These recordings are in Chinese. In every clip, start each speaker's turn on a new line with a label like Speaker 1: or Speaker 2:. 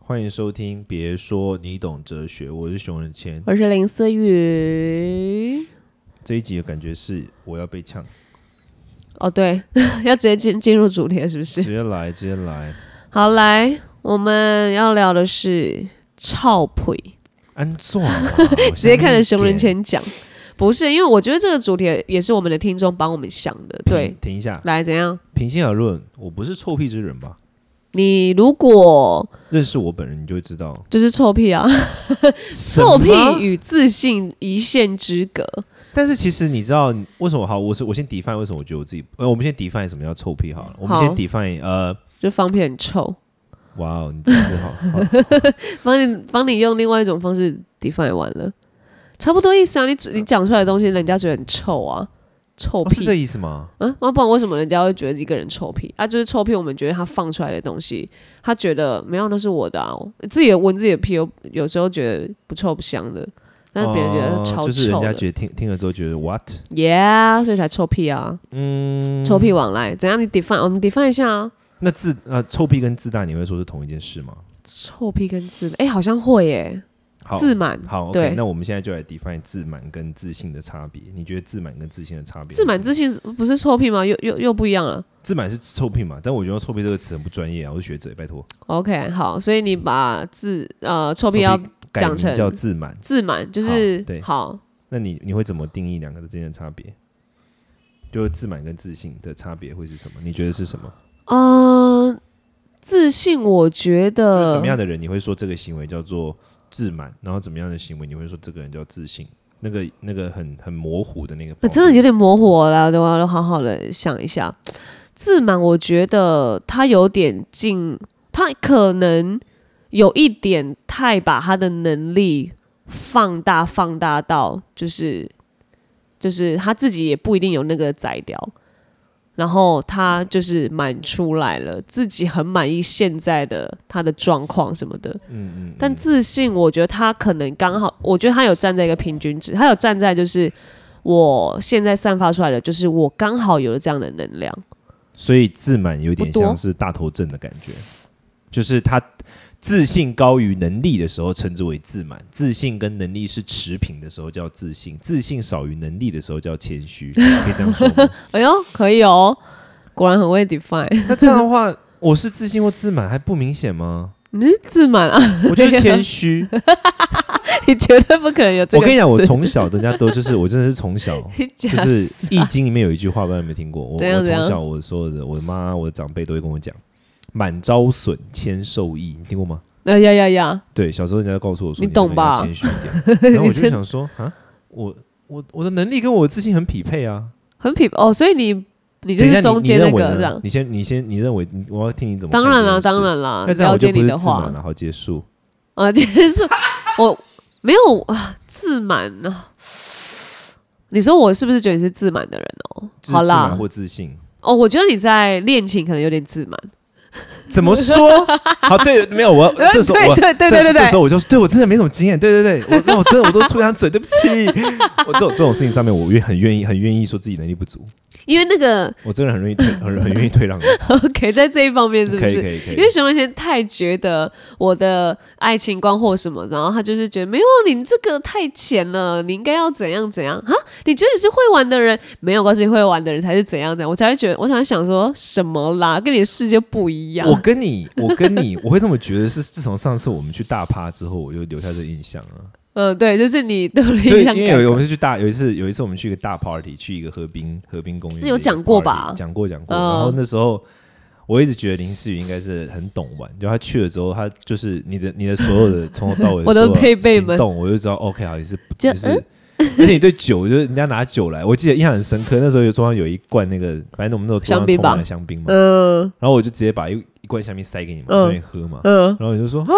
Speaker 1: 欢迎收听，别说你懂哲学，我是熊仁谦。
Speaker 2: 我是林思雨。
Speaker 1: 这一集的感觉是我要被呛，
Speaker 2: 哦，对， 要直接进进入主题了，是不
Speaker 1: 直
Speaker 2: 是？
Speaker 1: 接来，直接 来。
Speaker 2: 好，来，我们要聊的是臭屁，
Speaker 1: 安坐、啊
Speaker 2: 直接看着熊仁谦讲。不是，因为我觉得这个主题也是我们的听众帮我们想的。对
Speaker 1: 停，，停一下，
Speaker 2: 来，怎样？
Speaker 1: 平心而论，我不是臭屁之人吧？
Speaker 2: 你如果
Speaker 1: 认识我本人，你就会知道，
Speaker 2: 就是臭屁啊，臭屁与自信一线之隔。
Speaker 1: 但是其实你知道为什么好？我是我先 define 为什么我觉得我自己，呃，我们先 define 什么叫臭屁好了。我们
Speaker 2: 好
Speaker 1: 先 define 呃，
Speaker 2: 就方便很臭，
Speaker 1: 哇哦，你真是好，好
Speaker 2: 帮你帮你用另外一种方式 define 完了，差不多意思啊。你只你讲出来的东西，人家觉得很臭啊，臭
Speaker 1: 嗯哦是
Speaker 2: 屁。
Speaker 1: 这意思吗？
Speaker 2: 嗯，要、不然为什么人家会觉得一个人臭屁啊？就是臭屁，我们觉得他放出来的东西，他觉得没有那是我的啊，自己的闻自己的屁，有有时候觉得不臭不香的，但是别人觉得
Speaker 1: 哦
Speaker 2: 超
Speaker 1: 就是人
Speaker 2: 臭
Speaker 1: 家
Speaker 2: 的、
Speaker 1: 觉得听听了之后觉得 what？
Speaker 2: y e a h 所以才臭屁啊，
Speaker 1: 嗯，
Speaker 2: 臭屁往来。怎样？你 define 我们 define 一下啊，
Speaker 1: 那自呃臭屁跟自大，你会说是同一件事吗？
Speaker 2: 臭屁跟自哎、好像会耶、
Speaker 1: 好，
Speaker 2: 自满。
Speaker 1: 好，OK，
Speaker 2: 对
Speaker 1: 那我们现在就来 define 自满跟自信的差别。你觉得自满跟自信的差别是什
Speaker 2: 自
Speaker 1: 么？
Speaker 2: 满自信不是臭屁吗？又又又不一样了。
Speaker 1: 自满是臭屁嘛？但我觉得臭屁这个词很不专业啊，我是学者，拜托。
Speaker 2: OK，好，所以你把自呃臭
Speaker 1: 臭
Speaker 2: 屁要
Speaker 1: 改
Speaker 2: 讲
Speaker 1: 名
Speaker 2: 成
Speaker 1: 叫自满，
Speaker 2: 自满，就是
Speaker 1: 好对
Speaker 2: 好
Speaker 1: 那你你会怎么定义两个之间的差别？就是自满跟自信的差别会是什么？你觉得是什么？
Speaker 2: 呃，自信，我觉
Speaker 1: 就是
Speaker 2: 得
Speaker 1: 怎么样的人你会说这个行为叫做自满？然后怎么样的行为你会说这个人叫自信？那个那个很很模糊的那个、
Speaker 2: 呃真的有点模糊了，等我要好好的想一下。自满，我觉得他有点近，他可能有一点太把他的能力放大，放大到就是就是他自己也不一定有那个宰掉，然后他就是满出来了，自己很满意现在的他的状况什么的，
Speaker 1: 嗯嗯，
Speaker 2: 但
Speaker 1: 嗯
Speaker 2: 自信，我觉得他可能刚好，我觉得他有站在一个平均值，他有站在就是我现在散发出来的，就是我刚好有了这样的能量。
Speaker 1: 所以自满有点
Speaker 2: 不多
Speaker 1: 像是大头症的感觉，就是他自信高于能力的时候称之为自满，自信跟能力是持平的时候叫自信，自信少于能力的时候叫谦虚，可以这样说 吗？
Speaker 2: 哎呦，可以哦，果然很会 define，
Speaker 1: 那这样的话，我是自信或自满还不明显 吗？
Speaker 2: 你是自满啊，
Speaker 1: 我就是谦 虚。
Speaker 2: 你绝对不可能有这个词。
Speaker 1: 我跟你讲，我从小人家都就是我真的是从小
Speaker 2: 你 假
Speaker 1: 就是
Speaker 2: 死
Speaker 1: 《易经》里面有一句话，不知道你有没有听过？我
Speaker 2: 怎样
Speaker 1: 我
Speaker 2: 怎
Speaker 1: 从
Speaker 2: 样
Speaker 1: 小我所有的我的妈我的长辈都会跟我讲“满招损，谦受益”，你听过吗？
Speaker 2: 哎呀呀呀，
Speaker 1: 对，小时候人家告诉我说，
Speaker 2: 你懂吧
Speaker 1: 你这个人要谦虚一点。然后我
Speaker 2: 你
Speaker 1: 就
Speaker 2: 真
Speaker 1: 想说，啊，我我我的能力跟我的自信很匹配啊。
Speaker 2: 很匹哦，所以你你就
Speaker 1: 等一下
Speaker 2: 是
Speaker 1: 你
Speaker 2: 中间
Speaker 1: 你
Speaker 2: 那
Speaker 1: 认为
Speaker 2: 个
Speaker 1: 呢
Speaker 2: 这样。
Speaker 1: 你先你先你认为，你我要听你怎么看
Speaker 2: 当
Speaker 1: 这件
Speaker 2: 然
Speaker 1: 事？
Speaker 2: 啦，当然啦
Speaker 1: 那，这样
Speaker 2: 了
Speaker 1: 我就
Speaker 2: 解
Speaker 1: 不
Speaker 2: 你
Speaker 1: 是
Speaker 2: 的
Speaker 1: 自满
Speaker 2: 话
Speaker 1: 了，好结束。
Speaker 2: 啊， 就是我没有啊，自满啊。你说我是不是觉得你是自满的人哦？
Speaker 1: 自
Speaker 2: 好
Speaker 1: 自
Speaker 2: 啦
Speaker 1: 满，或自信
Speaker 2: 哦，我觉得你在恋情可能有点自满。
Speaker 1: 怎么说？好，对，没有我这时候我。
Speaker 2: 对对
Speaker 1: 这
Speaker 2: 对对
Speaker 1: 这时
Speaker 2: 对，
Speaker 1: 候我就对我真的没什么经验，对对对，我那我真的我都出一张嘴，对不起。我这种这种事情上面，我愿很愿意很愿意说自己能力不足，
Speaker 2: 因为那个
Speaker 1: 我真的很愿意退很很愿意退让的，
Speaker 2: OK，在这一方面 是不
Speaker 1: 可以可
Speaker 2: 是？
Speaker 1: 以可以。
Speaker 2: 因为熊仁贤太觉得我的爱情观或什么，然后他就是觉得没有啊你这个太浅了，你应该要怎样怎样啊？你觉得你是会玩的人，没有告诉你会玩的人才是怎样怎样，我才会觉得我想想说什么啦，跟你的世界不一样。
Speaker 1: 我跟你，我跟你，我会这么觉得是，自从上次我们去大趴之后，我就留下这个印象啊。
Speaker 2: 嗯，对，就是你对我的
Speaker 1: 所以
Speaker 2: 印象
Speaker 1: 因为有我
Speaker 2: 感。
Speaker 1: 们是去大有一次有一次我们去一个大 party，去一个河滨河滨公园的一个 party，
Speaker 2: 这有讲过吧
Speaker 1: 讲过讲过。
Speaker 2: 嗯
Speaker 1: 然后那时候我一直觉得林思雨应该是很懂玩，就他去了之后，他就是你的你的所有的从头到尾
Speaker 2: 我的
Speaker 1: 所有
Speaker 2: 配备们
Speaker 1: 行动，我就知道 OK 好你是
Speaker 2: 就嗯
Speaker 1: 就是。 而且你对酒，就是人家拿酒来，我记得印象很深刻。那时候有桌上有一罐那个，反正我们那种桌上
Speaker 2: 香槟
Speaker 1: 充满
Speaker 2: 吧
Speaker 1: 了香槟嘛，
Speaker 2: 嗯
Speaker 1: 然后我就直接把一一罐香槟塞给你们，
Speaker 2: 嗯
Speaker 1: 叫你喝嘛。
Speaker 2: 嗯，
Speaker 1: 然后你就说啊，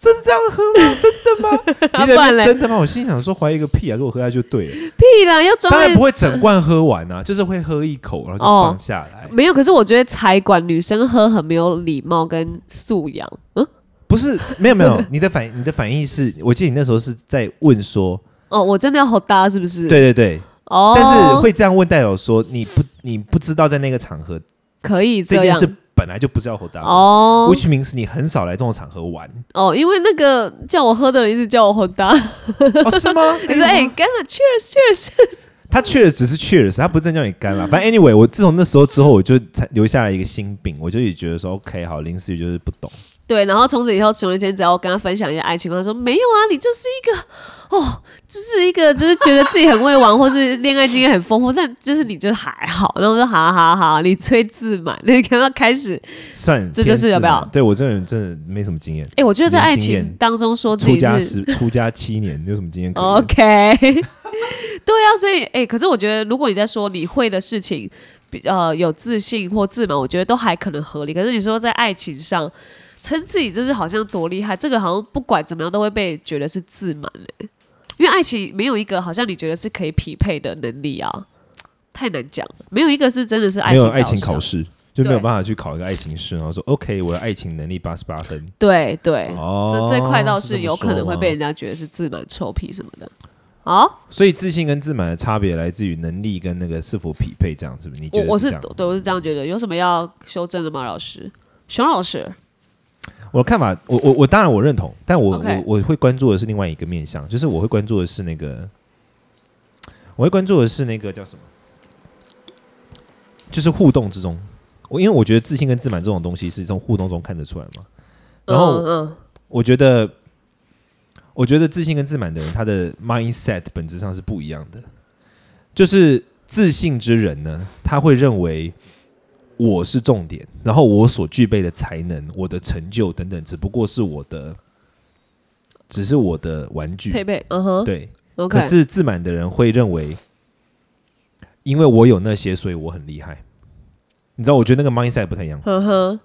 Speaker 1: 真的这样喝吗？ 真的吗？
Speaker 2: 啊
Speaker 1: 你在那
Speaker 2: 不
Speaker 1: 边
Speaker 2: 然嘞
Speaker 1: 真的吗？我心想说怀疑个屁啊，给我喝下去就对了。
Speaker 2: 屁啦，要装
Speaker 1: 当然
Speaker 2: 在
Speaker 1: 不会整罐喝完啊，就是会喝一口，然后就
Speaker 2: 哦
Speaker 1: 放下来。
Speaker 2: 没有。可是我觉得财管女生喝很没有礼貌跟素养。嗯，
Speaker 1: 不是，没有没 有，你的反你的反应是，我记得你那时候是在问说，
Speaker 2: 哦，我真的要好搭是不是？
Speaker 1: 对，对对，
Speaker 2: 哦，
Speaker 1: 但是会这样问代表说你不你不知道在那个场合
Speaker 2: 可以
Speaker 1: 这
Speaker 2: 这
Speaker 1: 件
Speaker 2: 样
Speaker 1: 事本来就不是要 hold double。
Speaker 2: 哦
Speaker 1: which means 你很少来这种场合玩
Speaker 2: 哦，因为那个叫我喝的人一直叫我喝大，
Speaker 1: 哦，是吗？
Speaker 2: 你说哎干了，cheers cheers，
Speaker 1: 他 cheers 只是 cheers，他不是真叫你干
Speaker 2: 嗯
Speaker 1: 了。反正 anyway，我自从那时候之后，我就才留下来一个心病，我就也觉得说 OK 好，林思雨就是不懂。
Speaker 2: 对，然后从此以后，熊仁天只要我跟他分享一些爱情观，他说没有啊，你就是一个哦，就是一个就是觉得自己很会玩，或是恋爱经验很丰富，但就是你就还好。然后我说好好好，你吹自满，你看到开始，
Speaker 1: 算，
Speaker 2: 这就是
Speaker 1: 偏
Speaker 2: 有没有
Speaker 1: 自满对我这个人真的没什么经验，
Speaker 2: 哎，我觉得在
Speaker 1: 没
Speaker 2: 爱
Speaker 1: 经验
Speaker 2: 情当中说自
Speaker 1: 出
Speaker 2: 己
Speaker 1: 家
Speaker 2: 是
Speaker 1: 十出家七年，你有什么经验可言？
Speaker 2: 哦 OK，对啊，所以哎、可是我觉得如果你在说你会的事情，比呃有自信或自满，我觉得都还可能合理。可是你说在爱情上。称自己就是好像多厉害，这个好像不管怎么样都会被觉得是自满嘞、因为爱情没有一个好像你觉得是可以匹配的能力啊，太难讲了，没有一个是真的是爱
Speaker 1: 没
Speaker 2: 情
Speaker 1: 有爱情
Speaker 2: 导向
Speaker 1: 考，试，就没有
Speaker 2: 对
Speaker 1: 办法去考一个爱情试，然后说 OK，我的爱情能力八十八分。
Speaker 2: 对对，
Speaker 1: 哦，
Speaker 2: 这这块倒
Speaker 1: 是
Speaker 2: 是
Speaker 1: 这么
Speaker 2: 有可
Speaker 1: 说
Speaker 2: 能
Speaker 1: 啊
Speaker 2: 会
Speaker 1: 吗
Speaker 2: 被人家觉得是自满、臭屁什么的。好，
Speaker 1: 所以自信跟自满的差别来自于能力跟那个是否匹配，这样是不是？你觉
Speaker 2: 我
Speaker 1: 得
Speaker 2: 我
Speaker 1: 是
Speaker 2: 是
Speaker 1: 这样？
Speaker 2: 对，我是这样觉得。有什么要修正的吗，老师？熊老师，
Speaker 1: 我的看法，我我我当然我认同，但我
Speaker 2: OK
Speaker 1: 我我会关注的是另外一个面向，就是我会关注的是那个，我会关注的是那个叫什么，就是互动之中。我因为我觉得自信跟自满这种东西是从互动中看得出来嘛。然后
Speaker 2: 嗯嗯，
Speaker 1: 我觉得，我觉得自信跟自满的人，他的 mindset 本质上是不一样的。就是自信之人呢，他会认为我是重点，然后我所具备的才能、我的成就等等，只不过是我的，只是我的玩具。
Speaker 2: 佩佩，嗯哼
Speaker 1: 对，
Speaker 2: ，OK，
Speaker 1: 可是自满的人会认为，因为我有那些，所以我很厉害。你知道，我觉得那个 mindset 不太一样。
Speaker 2: 嗯哼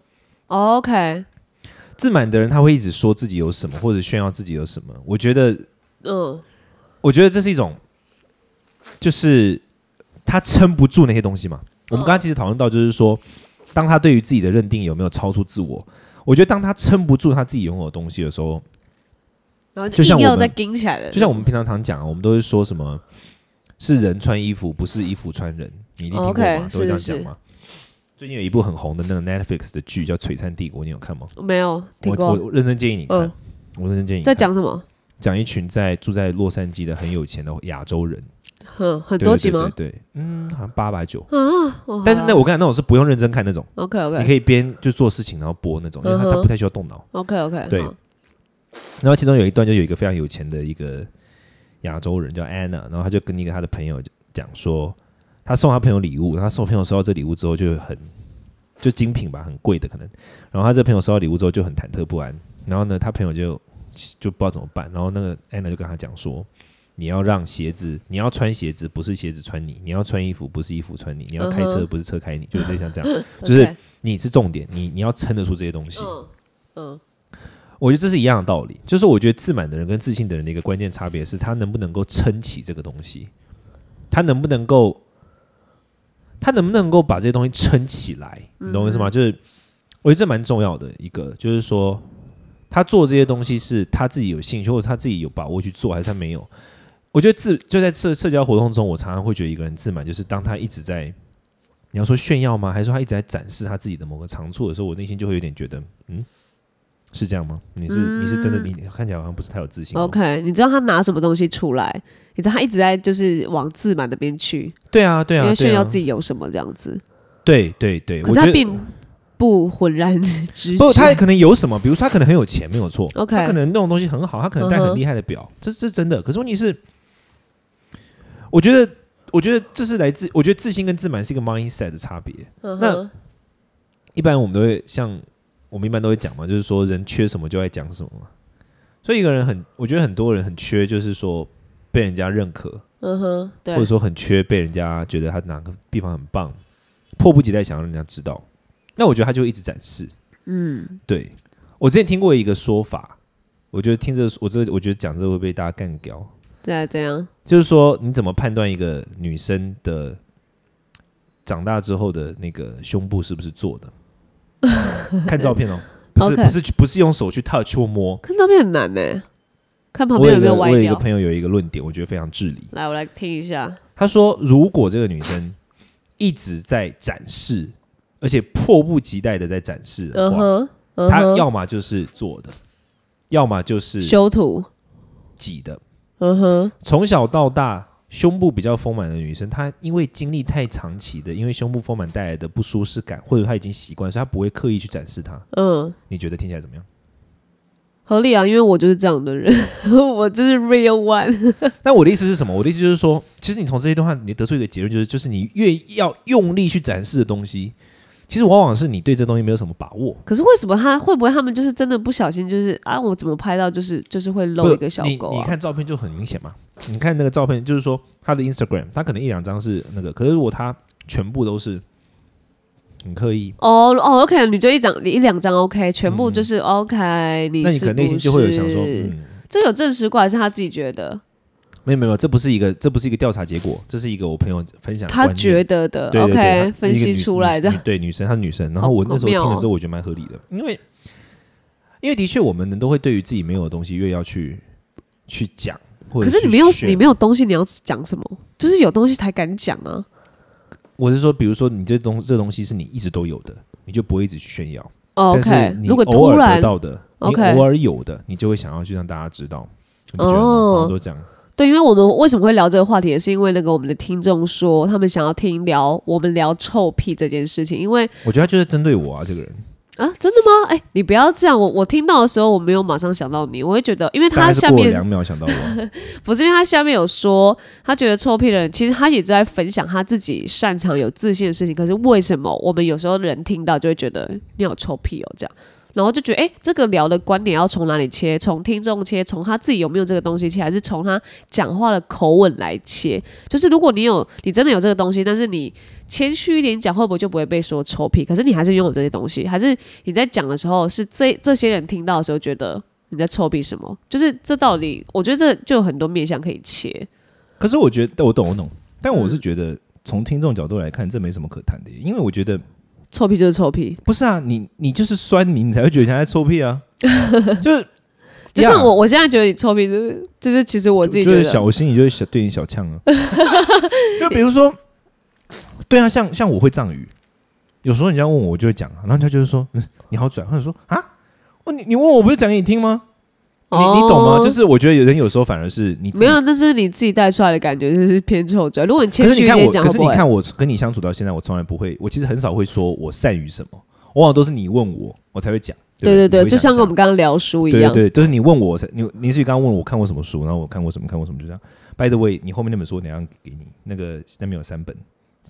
Speaker 2: ，OK，
Speaker 1: 自满的人他会一直说自己有什么，或者炫耀自己有什么。我觉得
Speaker 2: 嗯，
Speaker 1: 我觉得这是一种，就是他撑不住那些东西嘛。我们刚刚其实讨论到，就是说，当他对于自己的认定有没有超出自我，我觉得当他撑不住他自己拥有的东西的时候，
Speaker 2: 然后就
Speaker 1: 就像
Speaker 2: 硬要
Speaker 1: 我们
Speaker 2: 再盯起来了，
Speaker 1: 就像我们平常常讲啊，我们都是说什么是人穿衣服，不是衣服穿人，你一定听过
Speaker 2: 哦 OK，
Speaker 1: 嘛，都会这样
Speaker 2: 是是
Speaker 1: 讲嘛。最近有一部很红的那个 Netflix 的剧叫《璀璨帝国》，你有看吗？
Speaker 2: 没有听
Speaker 1: 我
Speaker 2: 过，
Speaker 1: 我认真建议你看，
Speaker 2: 嗯
Speaker 1: 我认真建议你
Speaker 2: 在
Speaker 1: 看
Speaker 2: 讲什么？
Speaker 1: 讲一群在住在洛杉矶的很有钱的亚洲人，
Speaker 2: 很嗯很
Speaker 1: 对
Speaker 2: 多
Speaker 1: 对
Speaker 2: 集
Speaker 1: 对
Speaker 2: 吗？
Speaker 1: 对对，嗯，好像八百九。
Speaker 2: 啊，我
Speaker 1: 但是呢，
Speaker 2: 好
Speaker 1: 我看那种是不用认真看那种，
Speaker 2: OK
Speaker 1: 你可
Speaker 2: OK
Speaker 1: 以边就做事情然后播那种，因为
Speaker 2: 嗯
Speaker 1: 它
Speaker 2: 哼
Speaker 1: 它不太需要动脑。
Speaker 2: OK OK，
Speaker 1: 对然后其中有一段就有一个非常有钱的一个亚洲人叫 Anna，然后他就跟一个他的朋友讲说，他送他朋友礼物，然后他送朋友收到这礼物之后就很就精品吧，很贵的可能。然后他这朋友收到礼物之后就很忐忑不安，然后呢，他朋友就就不知道怎么办，然后那个 Anna 就跟他讲说。你要让鞋子，你要穿鞋子，不是鞋子穿你；你要穿衣服，不是衣服穿你；你要开
Speaker 2: 嗯
Speaker 1: 车，
Speaker 2: 哼
Speaker 1: 不是车开你。就是类似像这样，
Speaker 2: OK
Speaker 1: 就是你是重点，你你要撑得出这些东西。
Speaker 2: 嗯嗯
Speaker 1: 我觉得这是一样的道理，就是我觉得自满的人跟自信的人的一个关键差别是他能不能够撑起这个东西，他能不能够，他能不能够把这些东西撑起来，你懂我意思
Speaker 2: 嗯
Speaker 1: 吗？就是我觉得这蛮重要的一个，就是说他做这些东西是他自己有兴趣，或者他自己有把握去做，还是他没有？我觉得自就在社社交活动中，我常常会觉得一个人自满，就是当他一直在你要说炫耀吗？还是说他一直在展示他自己的某个长处的时候，我内心就会有点觉得，嗯，是这样吗？你是、你是
Speaker 2: 嗯
Speaker 1: 真的你看起来好像不是太有自信哦。
Speaker 2: ，OK，你知道他拿什么东西出来？你知道他一直在就是往自满那边去，
Speaker 1: 对啊，对
Speaker 2: 因
Speaker 1: 啊，对
Speaker 2: 为炫耀
Speaker 1: 啊
Speaker 2: 自己有什么这样子。
Speaker 1: 对对对，
Speaker 2: 可
Speaker 1: 我
Speaker 2: 是
Speaker 1: 觉
Speaker 2: 他
Speaker 1: 得
Speaker 2: 并不浑然 直觉。
Speaker 1: 不，他可能有什么，比如说他可能很有钱，没有错
Speaker 2: OK
Speaker 1: 他可能那种东西很好，他可能戴
Speaker 2: 哦嗯
Speaker 1: 很
Speaker 2: 哼
Speaker 1: 厉害的表这这真的。可是问题是，我觉得，我觉得这是来自，我觉得自信跟自满是一个 mindset 的差别。
Speaker 2: 嗯
Speaker 1: 那
Speaker 2: 哼
Speaker 1: 一般我们都会像我们一般都会讲嘛，就是说人缺什么就爱讲什么嘛。所以一个人很，我觉得很多人很缺，就是说被人家认可，
Speaker 2: 嗯哼，对
Speaker 1: 或者，说很缺被人家觉得他哪个地方很棒，迫不及待想要让人家知道。那我觉得他就一直展示。
Speaker 2: 嗯，
Speaker 1: 对我之前听过一个说法，我觉得听这个，我这我觉得讲这个会被大家干掉。
Speaker 2: 对啊，这样，
Speaker 1: 就是说，你怎么判断一个女生的长大之后的那个胸部是不是做的？ 看照片哦，不是
Speaker 2: OK
Speaker 1: 不是去不是用手去 touch 或摸。
Speaker 2: 看照片很难呢，看旁
Speaker 1: 我
Speaker 2: 边
Speaker 1: 有
Speaker 2: 有
Speaker 1: 一
Speaker 2: 没
Speaker 1: 个我
Speaker 2: 歪
Speaker 1: 有一个
Speaker 2: 掉。
Speaker 1: 朋友有一个论点，我觉得非常至理。
Speaker 2: 来，我来听一下。
Speaker 1: 他说，如果这个女生一直在展示而且迫不及待的在展示的
Speaker 2: 嗯
Speaker 1: 话，
Speaker 2: 哼，嗯
Speaker 1: 他
Speaker 2: 哼，
Speaker 1: 要么就是做的，要么就是
Speaker 2: 修图，
Speaker 1: 挤的。
Speaker 2: 嗯哼，
Speaker 1: 从小到大，胸部比较丰满的女生，她因为经历太长期的，因为胸部丰满带来的不舒适感，或者她已经习惯，所以她不会刻意去展示它。
Speaker 2: 嗯，
Speaker 1: 你觉得听起来怎么样？
Speaker 2: 合理啊，因为我就是这样的人， 我就是 real one，
Speaker 1: 但我的意思是什么？我的意思就是说，其实你从这些段话，你得出一个结论，就是就是你越要用力去展示的东西，其实往往是你对这东西没有什么把握。
Speaker 2: 可是为什么他会不会他们就是真的不小心就是啊，我怎么拍到就是就是会
Speaker 1: 不
Speaker 2: 露一个小狗
Speaker 1: 你你
Speaker 2: 啊？
Speaker 1: 看照片就很明显嘛，你看那个照片，就是说他的 Instagram，他可能一两张是那个，可是如果他全部都是很刻意，
Speaker 2: 哦哦，OK，你就一张一两张 OK，全部就是 OK，你
Speaker 1: 嗯那你
Speaker 2: 是
Speaker 1: 可能内心
Speaker 2: 不
Speaker 1: 就会有想
Speaker 2: 是
Speaker 1: 说，嗯，
Speaker 2: 这有证实过还是他自己觉得？
Speaker 1: 没有没有，这不是一个这不是一个调查结果，这是一个我朋友分享的
Speaker 2: 他
Speaker 1: 观念
Speaker 2: 觉得的
Speaker 1: 对对
Speaker 2: o
Speaker 1: 对
Speaker 2: k
Speaker 1: 她
Speaker 2: 分
Speaker 1: 一个
Speaker 2: 析
Speaker 1: 女
Speaker 2: 出来
Speaker 1: 女
Speaker 2: 的
Speaker 1: 女。对，女生她是女 生。然后
Speaker 2: 好
Speaker 1: 我那时候
Speaker 2: 好妙
Speaker 1: 听
Speaker 2: 哦
Speaker 1: 了之后，我觉得蛮合理的，因为因为的确我们人都会对于自己没有的东西越要去去讲，或
Speaker 2: 可
Speaker 1: 者
Speaker 2: 是你没有
Speaker 1: 去炫
Speaker 2: 你没有东西，你要讲什么？就是有东西才敢讲啊。
Speaker 1: 我是说，比如说你这东这东西是你一直都有的，你就不会一直去炫耀。但
Speaker 2: 哦 OK，
Speaker 1: 是你
Speaker 2: 如果
Speaker 1: 偶
Speaker 2: 突
Speaker 1: 尔
Speaker 2: 然
Speaker 1: 得到的，你
Speaker 2: OK
Speaker 1: 偶尔有的，你就会想要去让大家知道。你不觉得吗？
Speaker 2: 哦
Speaker 1: 好像都这样。
Speaker 2: 对，因为我们为什么会聊这个话题，也是因为那个我们的听众说他们想要听聊我们聊臭屁这件事情，因为
Speaker 1: 我觉得他就是针对我啊，这个人。
Speaker 2: 啊，真的吗？哎，你不要这样，我我听到的时候我没有马上想到你，我会觉得，因为
Speaker 1: 大
Speaker 2: 他
Speaker 1: 概是
Speaker 2: 下
Speaker 1: 过了
Speaker 2: 面
Speaker 1: 两秒想到我啊，
Speaker 2: 不是因为他下面有说，他觉得臭屁的人，其实他也在分享他自己擅长、有自信的事情。可是为什么哦我们有时候人听到就会觉得你有臭屁哦这样，然后就觉得哎、诶这个聊的观点要从哪里切？从听众切，从他自己有没有这个东西切，还是从他讲话的口吻来切？就是如果你有，你真的有这个东西，但是你谦虚一点讲，会不会就不会被说臭屁？可是你还是拥有这些东西，还是你在讲的时候是这这些人听到的时候觉得你在臭屁什么？就是这道理，我觉得这就有很多面向可以切。
Speaker 1: 可是我觉得我懂我懂，但我是
Speaker 2: 嗯
Speaker 1: 觉得从听众角度来看，这没什么可谈的耶，因为我觉得
Speaker 2: 臭屁就是臭屁，
Speaker 1: 不是啊，你你就是酸你，你才会觉得人家在臭屁啊， 就是
Speaker 2: 就像我，我现在觉得你臭屁，就是就是其实我自己
Speaker 1: 就
Speaker 2: 觉
Speaker 1: 是
Speaker 2: 得，
Speaker 1: 小心，你就会小对你小呛 啊， 就比如说，对啊，像像我会藏语，有时候人家问我，我就会讲啊，然后他就是说、嗯、你好拽，或者说啊，我你你问我不是讲给你听吗？你你懂吗？
Speaker 2: 哦
Speaker 1: 就是我觉得有人有时候反而是你自己
Speaker 2: 没有，那是你自己带出来的感觉，就是偏臭拽。如果你
Speaker 1: 可
Speaker 2: 谦
Speaker 1: 是
Speaker 2: 虚
Speaker 1: 你
Speaker 2: 一
Speaker 1: 看
Speaker 2: 点
Speaker 1: 我，
Speaker 2: 讲，欸
Speaker 1: 可是你
Speaker 2: 会不会
Speaker 1: 看我跟你相处到现在，我从来不会，我其实很少会说我善于什么，往往都是你问我，我才会讲。
Speaker 2: 对
Speaker 1: 对
Speaker 2: 对
Speaker 1: 不你
Speaker 2: 对，
Speaker 1: 会
Speaker 2: 就
Speaker 1: 想
Speaker 2: 像
Speaker 1: 一
Speaker 2: 跟
Speaker 1: 下
Speaker 2: 我们刚刚聊书一样，
Speaker 1: 对对对，就是你问我，我才你林思雨刚刚问我看过什么书，然后我看过什么，看过什么，就这样。By the way，你后面那本书我等一下给你，那个那边有三本，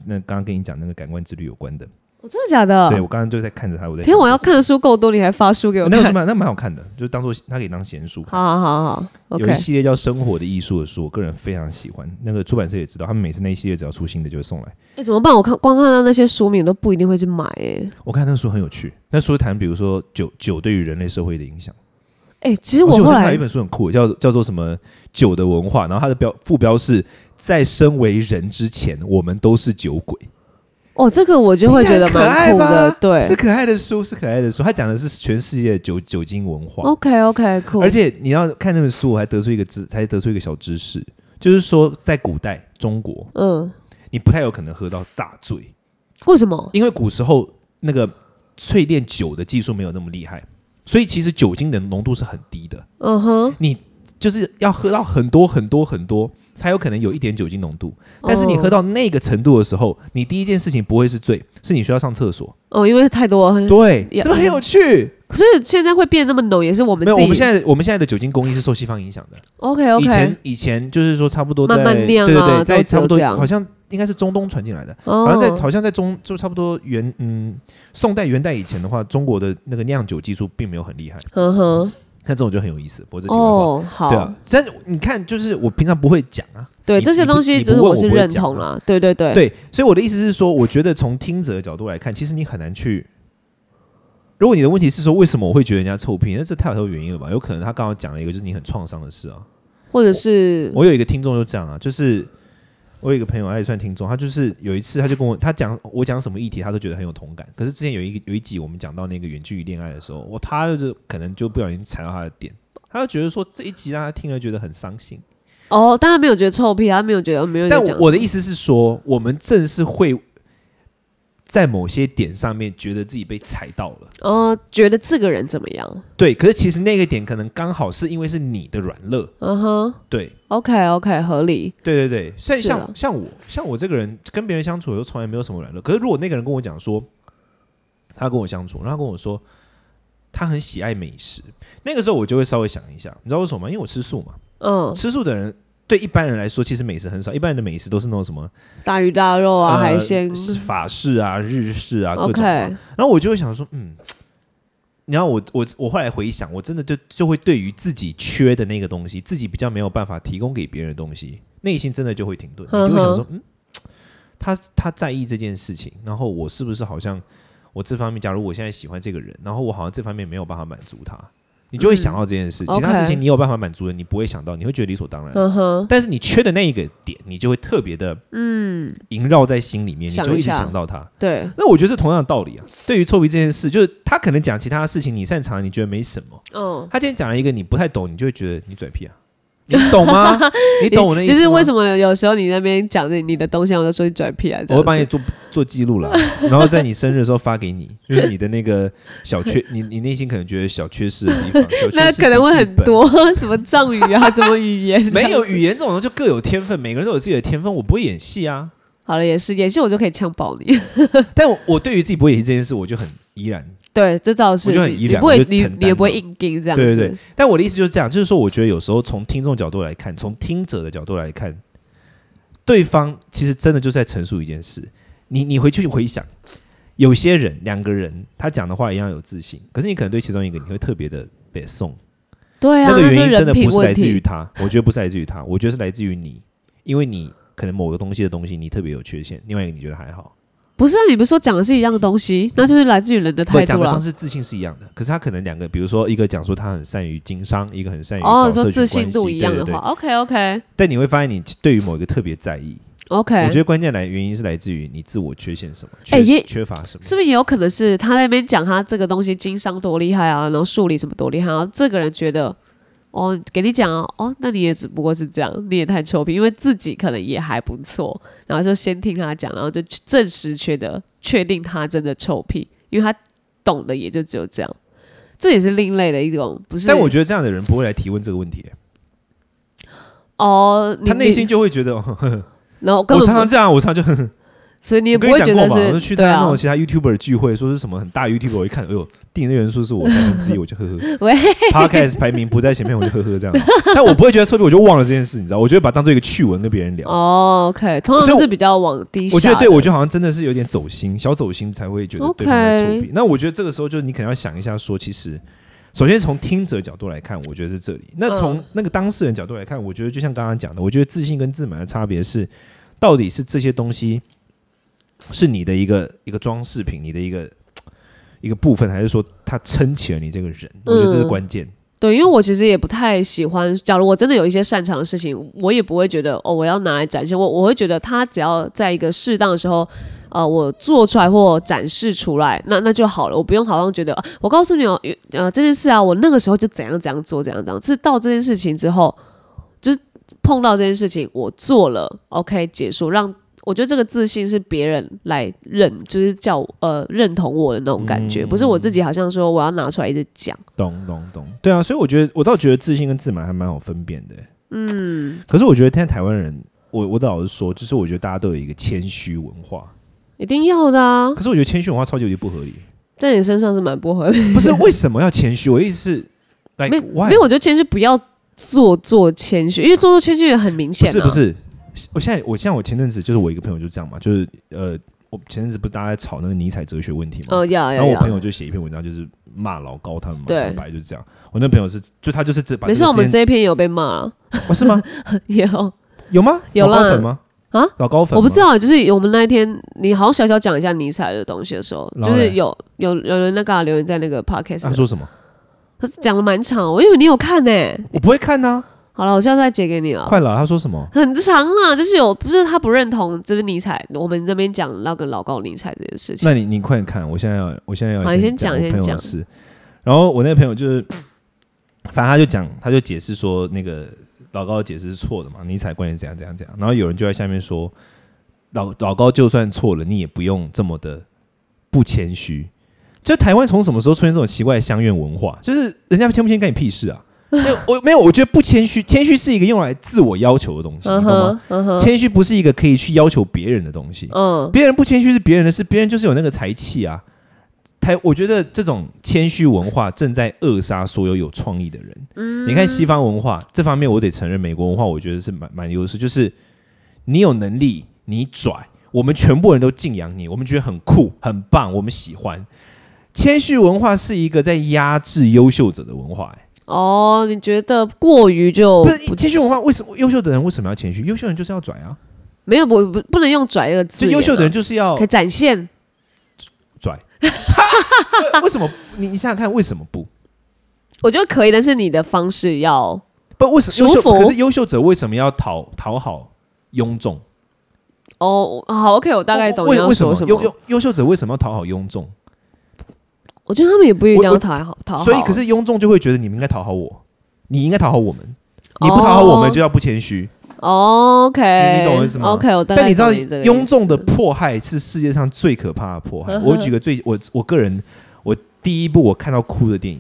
Speaker 1: 那刚刚跟你讲那个感官之旅有关的，
Speaker 2: 我哦真的假的
Speaker 1: 对？我刚刚就在看着它，我在
Speaker 2: 天，啊
Speaker 1: 想
Speaker 2: 我
Speaker 1: 这
Speaker 2: 要
Speaker 1: 事
Speaker 2: 看的书够多，你还发书给我
Speaker 1: 那
Speaker 2: 看
Speaker 1: 个，是蛮那蛮好看的，就当做它可以当闲书看。
Speaker 2: 好好好好
Speaker 1: 有
Speaker 2: ，OK
Speaker 1: 一。系列叫《生活的艺术》的书，我个人非常喜欢。那个出版社也知道，他们每次那一系列只要出新的就会送来。
Speaker 2: 哎，怎么办？我看光看到那些书名都不一定会去买哎。
Speaker 1: 我看那书很有趣，那书谈比如说酒酒对于人类社会的影响。
Speaker 2: 哎，其实我
Speaker 1: 而且
Speaker 2: 后
Speaker 1: 看到
Speaker 2: 来
Speaker 1: 一本书很酷，叫叫做什么“酒的文化”，然后它的标副标是在身为人之前，我们都是酒鬼，
Speaker 2: 哦，这个我就会觉得
Speaker 1: 你看
Speaker 2: 蛮酷
Speaker 1: 可爱
Speaker 2: 的
Speaker 1: 吧，
Speaker 2: 对
Speaker 1: 是可爱的书，是可爱的书。它讲的是全世界的酒酒精文化，
Speaker 2: ，OK OK，酷。
Speaker 1: 而且你要看那本书，我还得出一个知，才得出一个小知识，就是说在古代中国，
Speaker 2: 嗯，
Speaker 1: 你不太有可能喝到大醉，
Speaker 2: 为什么？
Speaker 1: 因为古时候那个淬炼酒的技术没有那么厉害，所以其实酒精的浓度是很低的。
Speaker 2: 嗯哼，
Speaker 1: 你就是要喝到很多很多很多，才有可能有一点酒精浓度。
Speaker 2: 哦
Speaker 1: 但是你喝到那个程度的时候，你第一件事情不会是醉，是你需要上厕所。
Speaker 2: 哦，哦因为太多，
Speaker 1: 对，
Speaker 2: 呀
Speaker 1: 是不是很有趣？
Speaker 2: 所以现在会变得那么浓，也是我们
Speaker 1: 没
Speaker 2: 自
Speaker 1: 有，
Speaker 2: 己。
Speaker 1: 我们现在我们现在的酒精工艺是受西方影响的。
Speaker 2: OK
Speaker 1: 以
Speaker 2: OK，
Speaker 1: 前以前就是说差不多在
Speaker 2: 慢慢酿啊
Speaker 1: 对对对，在
Speaker 2: 都只有
Speaker 1: 差不多
Speaker 2: 这样
Speaker 1: 好像应该是中东传进来的，
Speaker 2: 哦
Speaker 1: 好像在好像在中就差不多元嗯宋代元代以前的话，中国的那个酿酒技术并没有很厉害。
Speaker 2: 呵呵，
Speaker 1: 那这种就很有意思，我这题外话。
Speaker 2: 嗯哦，好，
Speaker 1: 对啊，但是你看，就是我平常不会讲啊，
Speaker 2: 对
Speaker 1: 你
Speaker 2: 这些
Speaker 1: 你不
Speaker 2: 东西
Speaker 1: 你
Speaker 2: 就是
Speaker 1: 不问
Speaker 2: 我
Speaker 1: 我
Speaker 2: 是
Speaker 1: 不会
Speaker 2: 认
Speaker 1: 讲
Speaker 2: 同
Speaker 1: 的
Speaker 2: 啦，对对对，
Speaker 1: 对，所以我的意思是说，我觉得从听者的角度来看，其实你很难去。如果你的问题是说为什么我会觉得人家臭屁，那这太有原因了吧？有可能他刚刚讲了一个就是你很创伤的事啊。
Speaker 2: 或者是
Speaker 1: 我有一个听众就这样啊，就是我有一个朋友，他也算听众，他就是有一次他就跟我他讲我讲什么议题，他都觉得很有同感。可是之前有一个有一集我们讲到那个远距离恋爱的时候，我他就是可能就不小心踩到他的点，他就觉得说这一集让他听了觉得很伤心。
Speaker 2: 哦，当然没有觉得臭屁啊，没有觉得没有
Speaker 1: 但
Speaker 2: 在讲
Speaker 1: 我的意思是说，我们正是会在某些点上面觉得自己被踩到了，
Speaker 2: 哦、觉得这个人怎么样？
Speaker 1: 对。可是其实那个点可能刚好是因为是你的软肋，
Speaker 2: 嗯哼
Speaker 1: 对，
Speaker 2: ，OK OK，合理。
Speaker 1: 对对对。所以
Speaker 2: 是
Speaker 1: 像、
Speaker 2: 啊
Speaker 1: 像我像我这个人跟别人相处，我都从来没有什么软肋。可是如果那个人跟我讲说，他跟我相处，然后他跟我说他很喜爱美食，那个时候我就会稍微想一下，你知道为什么吗？因为我吃素嘛，
Speaker 2: 嗯，
Speaker 1: 吃素的人。对一般人来说，其实美食很少。一般人的美食都是那种什么
Speaker 2: 大鱼大肉啊，
Speaker 1: 呃
Speaker 2: 海鲜。
Speaker 1: 法式啊、日式啊各种啊
Speaker 2: OK，
Speaker 1: 然后我就会想说，嗯，然后我我我后来回想，我真的就就会对于自己缺的那个东西，自己比较没有办法提供给别人的东西，内心真的就会停顿，你就会想说，嗯，他他在意这件事情，然后我是不是好像我这方面，假如我现在喜欢这个人，然后我好像这方面没有办法满足他。你就会想到这件事，
Speaker 2: 嗯
Speaker 1: 其他
Speaker 2: OK
Speaker 1: 事情你有办法满足的，你不会想到，你会觉得理所当然。
Speaker 2: 嗯哼，
Speaker 1: 但是你缺的那一个点，你就会特别的
Speaker 2: 嗯，
Speaker 1: 萦绕在心里面，你就
Speaker 2: 想
Speaker 1: 会一
Speaker 2: 一
Speaker 1: 直
Speaker 2: 下
Speaker 1: 想到他。
Speaker 2: 对，
Speaker 1: 那我觉得是同样的道理啊。对于臭皮这件事，就是他可能讲其他的事情，你擅长，你觉得没什么。
Speaker 2: 嗯。
Speaker 1: 他今天讲了一个你不太懂，你就会觉得你嘴 皮啊，你懂吗？你懂我的意思
Speaker 2: 就
Speaker 1: 吗？
Speaker 2: 是为什么有时候你那边讲的你的东西，我就说你拽屁啊，这
Speaker 1: 我
Speaker 2: 样
Speaker 1: 会帮你
Speaker 2: 子
Speaker 1: 做做记录 啦，然后在你生日的时候发给你，就是你的那个小 缺，你你内心可能觉得小缺失的地方，小缺失
Speaker 2: 那可能会
Speaker 1: 笔记
Speaker 2: 很
Speaker 1: 本。
Speaker 2: 多 什么藏语啊，什么语言，
Speaker 1: 没有
Speaker 2: 这样子
Speaker 1: 语言这种东西就各有天分，每个人都有自己的天分。我不会演戏啊，
Speaker 2: 好了，也是演戏我就可以呛爆你。
Speaker 1: 但我我对于自己不会演戏这件事，我就很依然
Speaker 2: 对，这倒是
Speaker 1: 我就很
Speaker 2: 你
Speaker 1: 依
Speaker 2: 你
Speaker 1: 然
Speaker 2: 不
Speaker 1: 我
Speaker 2: 会
Speaker 1: 就
Speaker 2: 你
Speaker 1: 承担
Speaker 2: 你也不会
Speaker 1: 了
Speaker 2: 硬盯这样
Speaker 1: 对
Speaker 2: 子。
Speaker 1: 对对，但我的意思就是这样，就是说，我觉得有时候从听众角度来看，从听者的角度来看，对方其实真的就是在陈述一件事。你你回去回想，有些人两个人他讲的话一样有自信，可是你可能对其中一个你会特别的北宋，
Speaker 2: 对啊，
Speaker 1: 那个
Speaker 2: 就
Speaker 1: 原
Speaker 2: 是
Speaker 1: 因真
Speaker 2: 人
Speaker 1: 的
Speaker 2: 品
Speaker 1: 不是来
Speaker 2: 问
Speaker 1: 自于
Speaker 2: 题。
Speaker 1: 他，我觉得不是来自于他，我觉得是来自于你，因为你可能某个东西的东西你特别有缺陷，另外一个你觉得还好，
Speaker 2: 不是啊，你不是说讲的是一样的东西，那就是来自于人的
Speaker 1: 不
Speaker 2: 态
Speaker 1: 讲
Speaker 2: 度
Speaker 1: 的
Speaker 2: 啦
Speaker 1: 方。式自信是一样的，可是他可能两个，比如说一个讲说他很善于经商，一个很善于
Speaker 2: 哦，
Speaker 1: 搞
Speaker 2: 你说
Speaker 1: 社
Speaker 2: 自
Speaker 1: 群关
Speaker 2: 信度
Speaker 1: 系，
Speaker 2: 一
Speaker 1: 对
Speaker 2: 样
Speaker 1: 对
Speaker 2: 的
Speaker 1: 对
Speaker 2: 话。OK OK
Speaker 1: 但你会发现，你对于某一个特别在意。
Speaker 2: OK，
Speaker 1: 我觉得关键来原因是来自于你自我缺陷什么，缺、
Speaker 2: 哎也
Speaker 1: 缺乏什么。
Speaker 2: 是不是也有可能是他在那边讲他这个东西经商多厉害啊，然后数理什么多厉害、啊，然后这个人觉得哦，给你讲啊，哦，那你也只不过是这样，你也太臭屁，因为自己可能也还不错，然后就先听他讲，然后就证实觉得确定他真的臭屁，因为他懂的也就只有这样，这也是另类的一种，不是？
Speaker 1: 但我觉得这样的人不会来提问这个问题，
Speaker 2: 哦，你
Speaker 1: 他内，心
Speaker 2: 你
Speaker 1: 就会觉得，哦呵呵
Speaker 2: 然后根
Speaker 1: 我
Speaker 2: 本
Speaker 1: 常常
Speaker 2: 不，
Speaker 1: 这样，我常常就，呵呵
Speaker 2: 所以你也
Speaker 1: 我
Speaker 2: 不
Speaker 1: 跟你
Speaker 2: 会
Speaker 1: 讲
Speaker 2: 觉
Speaker 1: 过
Speaker 2: 得
Speaker 1: 嘛，我就是去
Speaker 2: 对
Speaker 1: 参加那
Speaker 2: 啊
Speaker 1: 种，其他 YouTuber 聚会，说是什么很大 YouTuber，我一看，哎呦，订阅人数是我三分之一，我就呵呵
Speaker 2: 喂，
Speaker 1: ，Podcast 排名不在前面，我就呵呵这样。但我不会觉得错别，我就忘了这件事，你知道，我就会把它当做一个趣闻跟别人聊。
Speaker 2: 哦，OK，通常
Speaker 1: 所以
Speaker 2: 都
Speaker 1: 我
Speaker 2: 是比较往低下的，
Speaker 1: 我觉得对，我觉得好像真的是有点走心，小走心才会觉得对方在臭
Speaker 2: OK
Speaker 1: 屁。那我觉得这个时候就你可能要想一下说，其实首先从听者角度来看，我觉得是这里。那从
Speaker 2: 嗯
Speaker 1: 那个当事人角度来看，我觉得就像刚刚讲的，我觉得自信跟自满的差别是，到底是这些东西是你的一个一个装饰品，你的一个。一个部分，还是说它撑起了你这个人？我觉得这是
Speaker 2: 嗯
Speaker 1: 关键。
Speaker 2: 对，因为我其实也不太喜欢。假如我真的有一些擅长的事情，我也不会觉得哦，我要拿来展现。我我会觉得他只要在一个适当的时候，呃，我做出来或展示出来，那那就好了。我不用好像觉得，啊、我告诉你哦，呃，这件事啊，我那个时候就怎样怎样做，怎样怎样。是到这件事情之后，就是碰到这件事情，我做了，OK，结束。让我觉得这个自信是别人来认，就是叫我呃认同我的那种感觉，不是我自己好像说我要拿出来一直讲。
Speaker 1: 懂懂懂，对啊，所以我觉得我倒觉得自信跟自满还蛮好分辨的。嗯，可是我觉得现在台湾人，我我老实说，就是我觉得大家都有一个谦虚文化，
Speaker 2: 一定要的啊，
Speaker 1: 可是我觉得谦虚文化超级有点不合理。
Speaker 2: 在你身上是蛮不合理。
Speaker 1: 不是为什么要谦虚？我的意思是，like
Speaker 2: 没
Speaker 1: why？
Speaker 2: 没有，我觉得谦虚不要做作谦虚，因为做作谦虚也很明
Speaker 1: 不
Speaker 2: 显、啊。
Speaker 1: 哦是不是，我现在我像我前阵子就是我一个朋友就这样嘛，就是呃，我前阵子不是大家在吵那个尼采哲学问题嘛，
Speaker 2: 哦，要
Speaker 1: 然
Speaker 2: 要
Speaker 1: 后我朋
Speaker 2: 要。
Speaker 1: 友就写一篇文章，就是骂老高他们嘛，
Speaker 2: 对
Speaker 1: 讲白就是这样。我那朋友是，就他就是这把
Speaker 2: 没
Speaker 1: 这
Speaker 2: 事，啊
Speaker 1: 个
Speaker 2: 我们
Speaker 1: 时间，
Speaker 2: 这一篇也有被骂啊，
Speaker 1: 哦是吗？
Speaker 2: 也有。
Speaker 1: 有吗？
Speaker 2: 有
Speaker 1: 老高
Speaker 2: 啦
Speaker 1: 粉吗？
Speaker 2: 啊，
Speaker 1: 老高粉吗，
Speaker 2: 我不知道，就是我们那一天，你好像小小讲一下尼采的东西的时候，
Speaker 1: 然
Speaker 2: 就
Speaker 1: 后
Speaker 2: 是
Speaker 1: 嘞
Speaker 2: 有有有人那个啊留言在那个 podcast，
Speaker 1: 他
Speaker 2: 的
Speaker 1: 说什么？
Speaker 2: 他讲的蛮长，我以为你有看呢、
Speaker 1: 我不会看呐、
Speaker 2: 好了，我下次再截给你了。
Speaker 1: 快啊了，他说什么？
Speaker 2: 很长啊，就是有不是他不认同，就是尼采，我们这边讲那个老高尼采这件事情。
Speaker 1: 那你你快点看，我现在要，我现在要
Speaker 2: 好你先
Speaker 1: 讲
Speaker 2: 讲
Speaker 1: 我
Speaker 2: 先
Speaker 1: 朋友的
Speaker 2: 讲
Speaker 1: 事。然后我那个朋友就是，反正他就讲，他就解释说那个老高的解释是错的嘛，尼采观点怎样怎样怎样。然后有人就在下面说，老老高就算错了，你也不用这么的不谦虚。就台湾从什么时候出现这种奇怪的乡愿文化？就是人家谦不谦干你屁事啊！没有，我没有，我觉得不谦虚，谦虚是一个用来自我要求的东西，你
Speaker 2: 嗯
Speaker 1: 懂吗？
Speaker 2: 哼，嗯哼，
Speaker 1: 谦虚不是一个可以去要求别人的东西。
Speaker 2: 嗯，
Speaker 1: 别人不谦虚是别人的事，别人就是有那个才气啊。台，我觉得这种谦虚文化正在扼杀所有有创意的人。你看西方文化这方面，我得承认美国文化，我觉得是蛮蛮优势，就是你有能力，你拽，我们全部人都敬仰你，我们觉得很酷、很棒，我们喜欢。谦虚文化是一个在压制优秀者的文化、欸
Speaker 2: 哦，你觉得过于就
Speaker 1: 不是谦虚文化为什么优秀的人为什么要谦虚？优秀人就是要拽啊，
Speaker 2: 没有不不不能用拽这个字
Speaker 1: 就
Speaker 2: 眼啊，
Speaker 1: 优秀的人就是要
Speaker 2: 可以展现
Speaker 1: 拽。 为为什么？你你想想看，为什么不？
Speaker 2: 我觉得可以，但是你的方式要
Speaker 1: 不，为什
Speaker 2: 舒
Speaker 1: 么优秀？
Speaker 2: 服
Speaker 1: 可是优秀者为什么要讨讨好庸众？
Speaker 2: 哦，好，OK，我大概懂你
Speaker 1: 为
Speaker 2: 要
Speaker 1: 为什
Speaker 2: 说什
Speaker 1: 优
Speaker 2: 么
Speaker 1: 优。优秀者为什么要讨好庸众？
Speaker 2: 我觉得他们也不一定
Speaker 1: 我
Speaker 2: 要
Speaker 1: 我
Speaker 2: 讨好讨好，
Speaker 1: 所以，可是庸众就会觉得你们应该讨好我，你应该讨好我们，你不讨好我们就要不谦虚。
Speaker 2: 哦 OK，
Speaker 1: 你你懂我意思吗
Speaker 2: OK，我大概
Speaker 1: 但你知道，
Speaker 2: 懂这个意思
Speaker 1: 庸众的迫害是世界上最可怕的迫害。
Speaker 2: 呵呵
Speaker 1: 我举个最我我个人我第一部我看到哭的电影，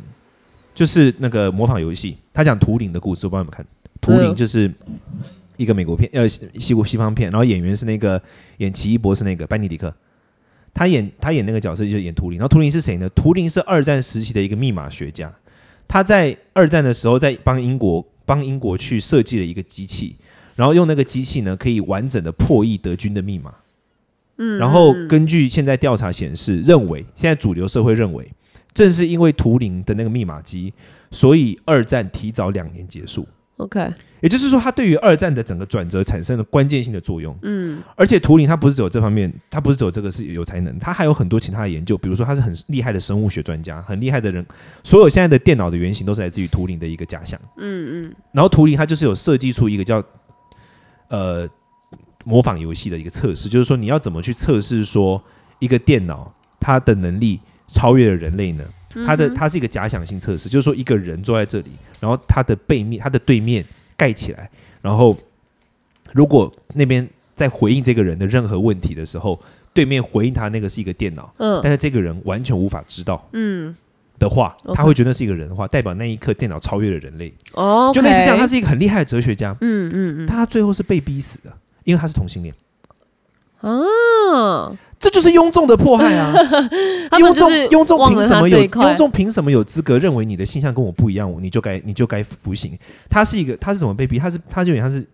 Speaker 1: 就是那个模仿游戏，他讲图灵的故事，我帮你们看。图灵
Speaker 2: 嗯
Speaker 1: 就是一个美国片，呃，西西国西方片，然后演员是那个演奇异博士那个班尼迪克，他演他演那个角色就是演图灵。然后图灵是谁呢？图灵是二战时期的一个密码学家，他在二战的时候在帮英国帮英国去设计了一个机器，然后用那个机器呢，可以完整的破译德军的密码。嗯，然后根据现在调查显示，认为现在主流社会认为，正是因为图灵的那个密码机，所以二战提早两年结束。
Speaker 2: OK，
Speaker 1: 也就是说，它对于二战的整个转折产生了关键性的作用。嗯，而且图灵他不是只有这方面，他不是只有这个是有才能，他还有很多其他的研究，比如说他是很厉害的生物学专家，很厉害的人。所有现在的电脑的原型都是来自于图灵的一个假想。嗯嗯。然后图灵他就是有设计出一个叫呃模仿游戏的一个测试，就是说你要怎么去测试说一个电脑它的能力超越了人类呢？
Speaker 2: 嗯
Speaker 1: 它的它是一个假想性测试，就是说一个人坐在这里，然后他的背面他的对面盖起来，然后如果那边在回应这个人的任何问题的时候，对面回应他那个是一个电脑，
Speaker 2: 嗯
Speaker 1: 但是这个人完全无法知道
Speaker 2: 嗯，
Speaker 1: 的话，
Speaker 2: OK
Speaker 1: 他会觉得是一个人的话，代表那一刻电脑超越了人类，
Speaker 2: 哦，
Speaker 1: 就类似这样，他是一个很厉害的哲学家，
Speaker 2: 嗯嗯
Speaker 1: 但他最后是被逼死的，因为他是同性恋。
Speaker 2: 嗯啊，
Speaker 1: 这就是庸众的迫害 啊！
Speaker 2: 他
Speaker 1: 庸
Speaker 2: 们就
Speaker 1: 众
Speaker 2: 是
Speaker 1: 庸众
Speaker 2: 忘
Speaker 1: 凭
Speaker 2: 了
Speaker 1: 什
Speaker 2: 他
Speaker 1: 么有
Speaker 2: 这一块
Speaker 1: 庸众凭什么有资格认为你的性向跟我不一样，我你就该你就该服刑？他是一个他是怎么被逼？他是他就有点像是，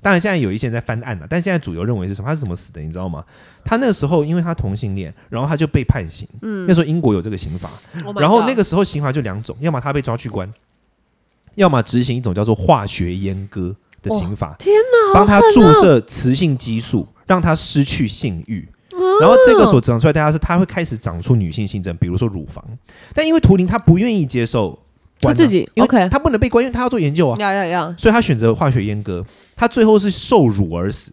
Speaker 1: 当然现在有一些人在翻案了、啊但现在主流认为是什么？他是怎么死的？你知道吗？他那时候因为他同性恋，然后他就被判刑。嗯，那时候英国有这个刑罚，
Speaker 2: Oh my
Speaker 1: 然后那
Speaker 2: God
Speaker 1: 个时候刑罚就两种，要么他被抓去关，要么执行一种叫做化学阉割的
Speaker 2: 哇
Speaker 1: 刑罚。
Speaker 2: 天哪，
Speaker 1: 帮他
Speaker 2: 好狠
Speaker 1: 注
Speaker 2: 哦
Speaker 1: 射雌性激素，让他失去性欲。
Speaker 2: 哦
Speaker 1: 然后这个所长出来，大家是他会开始长出女性性征，比如说乳房。但因为图灵他不愿意接受
Speaker 2: 他
Speaker 1: 关啊
Speaker 2: 自己
Speaker 1: 因为
Speaker 2: OK
Speaker 1: 他不能被关，因为他要做研究啊，
Speaker 2: 呀呀呀，
Speaker 1: 所以他选择化学阉割。他最后是受辱而死，